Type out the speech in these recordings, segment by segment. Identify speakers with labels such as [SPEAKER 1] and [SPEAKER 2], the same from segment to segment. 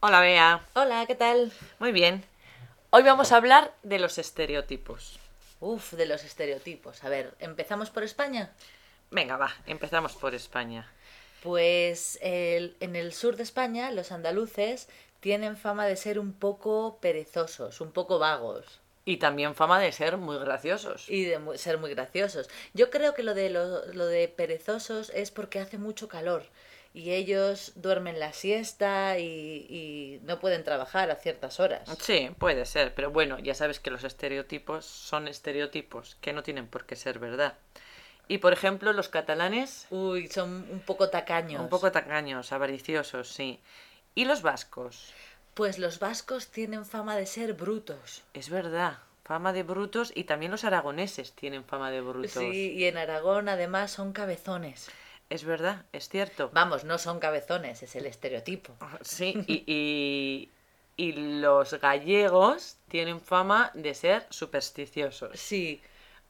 [SPEAKER 1] Hola Bea,
[SPEAKER 2] Hola, ¿qué tal?
[SPEAKER 1] muy bien. Hoy vamos a hablar de los estereotipos.
[SPEAKER 2] Uf, de los estereotipos. A ver, ¿empezamos por España?
[SPEAKER 1] Venga, va, empezamos por España.
[SPEAKER 2] Pues el- en el sur de España los andaluces tienen fama de ser un poco perezosos, un poco vagos
[SPEAKER 1] Y también fama de ser muy graciosos.
[SPEAKER 2] y de mu- ser muy graciosos. Yo creo que lo de, lo, lo de perezosos es porque hace mucho calor y ellos duermen la siesta y, y no pueden trabajar a ciertas horas.
[SPEAKER 1] Ah, Sí, puede ser, pero bueno, ya sabes que los estereotipos son estereotipos que no tienen por qué ser verdad. Y por ejemplo, los catalanes,
[SPEAKER 2] Uy, son un poco tacaños.
[SPEAKER 1] un poco tacaños, avariciosos, sí. Y los vascos,
[SPEAKER 2] Pues los vascos tienen fama de ser brutos.
[SPEAKER 1] es verdad, fama de brutos y también los aragoneses tienen fama de brutos.
[SPEAKER 2] Sí, y en Aragón además son cabezones.
[SPEAKER 1] Es verdad, es cierto.
[SPEAKER 2] Vamos, no son cabezones, es el estereotipo.
[SPEAKER 1] Sí, y, y, y los gallegos tienen fama de ser supersticiosos.
[SPEAKER 2] Sí,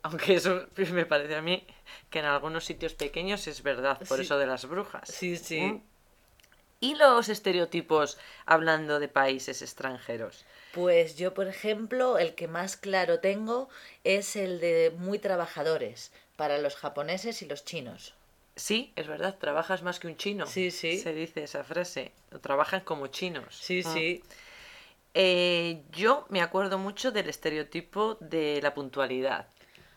[SPEAKER 1] Aunque eso me parece a mí que en algunos sitios pequeños es verdad, por
[SPEAKER 2] Sí.
[SPEAKER 1] eso de las brujas.
[SPEAKER 2] sí, sí.
[SPEAKER 1] ¿Mm? Y los estereotipos hablando de países extranjeros.
[SPEAKER 2] Pues yo, por ejemplo, el que más claro tengo es el de muy trabajadores para los japoneses y los chinos.
[SPEAKER 1] Sí, es verdad, trabajas más que un chino.
[SPEAKER 2] Sí, sí.
[SPEAKER 1] Se dice esa frase. Trabajan como chinos.
[SPEAKER 2] Sí,
[SPEAKER 1] Ah.
[SPEAKER 2] sí.
[SPEAKER 1] Eh, yo me acuerdo mucho del estereotipo de la puntualidad.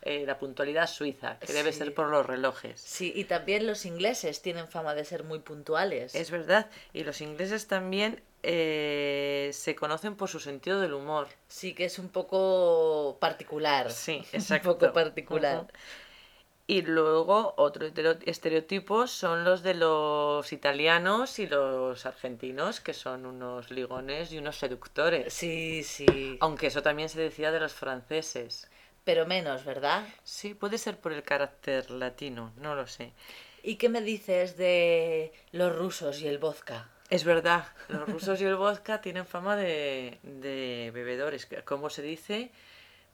[SPEAKER 1] Eh, la puntualidad suiza, que debe
[SPEAKER 2] Sí.
[SPEAKER 1] ser por los relojes.
[SPEAKER 2] Sí, y también los ingleses tienen fama de ser muy puntuales.
[SPEAKER 1] Es verdad. Y los ingleses también eh, se conocen por su sentido del humor.
[SPEAKER 2] Sí, que es un poco particular.
[SPEAKER 1] Sí, exacto.
[SPEAKER 2] Pues Un poco particular.
[SPEAKER 1] Ujú. Y luego otro estero- estereotipo son los de los italianos y los argentinos, que son unos ligones y unos seductores.
[SPEAKER 2] Sí, sí.
[SPEAKER 1] Aunque eso también se decía de los franceses.
[SPEAKER 2] Pero menos, ¿verdad?
[SPEAKER 1] Sí, puede ser por el carácter latino, no lo sé.
[SPEAKER 2] ¿Y qué me dices de los rusos y el vodka?
[SPEAKER 1] Es verdad, los rusos y el vodka tienen fama de, de bebedores. que, Como se dice,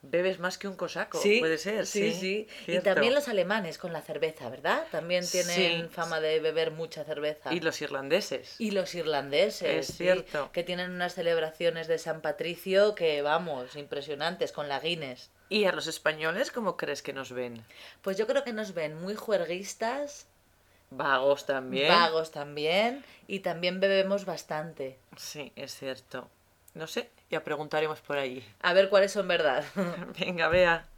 [SPEAKER 1] bebes más que un cosaco, puede ser. Sí,
[SPEAKER 2] sí, sí. Y
[SPEAKER 1] cierto.
[SPEAKER 2] también los alemanes con la cerveza, ¿verdad? También tienen
[SPEAKER 1] Sí.
[SPEAKER 2] fama de beber mucha cerveza.
[SPEAKER 1] Y los irlandeses.
[SPEAKER 2] Y los irlandeses,
[SPEAKER 1] Es
[SPEAKER 2] sí,
[SPEAKER 1] cierto.
[SPEAKER 2] que tienen unas celebraciones de San Patricio que, vamos, impresionantes, con la Guinness.
[SPEAKER 1] ¿Y a los españoles cómo crees que nos ven?
[SPEAKER 2] Pues yo creo que nos ven muy juerguistas,
[SPEAKER 1] Vagos también.
[SPEAKER 2] vagos también, y también bebemos bastante.
[SPEAKER 1] Sí, es cierto. No sé, ya preguntaremos por allí.
[SPEAKER 2] A ver cuáles son verdad.
[SPEAKER 1] Venga, vea.